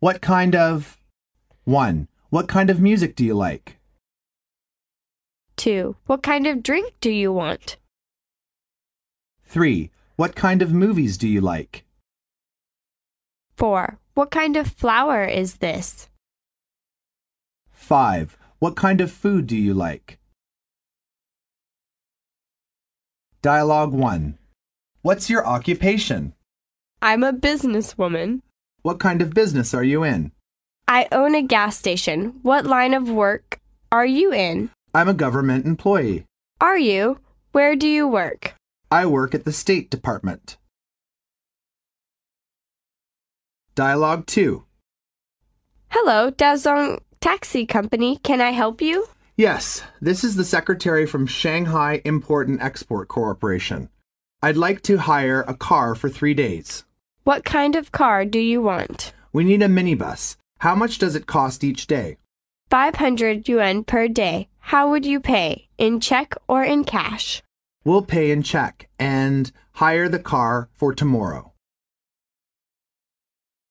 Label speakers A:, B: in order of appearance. A: What kind of. 1. What kind of music do you like?
B: 2. What kind of drink do you want?
A: 3. What kind of movies do you like?
B: 4. What kind of flower is this?
A: 5. What kind of food do you like? Dialogue 1. What's your occupation?
B: I'm a businesswoman.
A: What kind of business are you in?
B: I own a gas station. What line of work are you in?
A: I'm a government employee.
B: Are you? Where do you work?
A: I work at the State Department. Dialogue 2.
B: Hello, Dazong Taxi Company. Can I help you?
A: Yes, this is the secretary from Shanghai Import and Export Corporation. I'd like to hire a car for three days.
B: What kind of car do you want?
A: We need a minibus. How much does it cost each day?
B: 500 yuan per day. How would you pay? In check or in cash?
A: We'll pay in check and hire the car for tomorrow.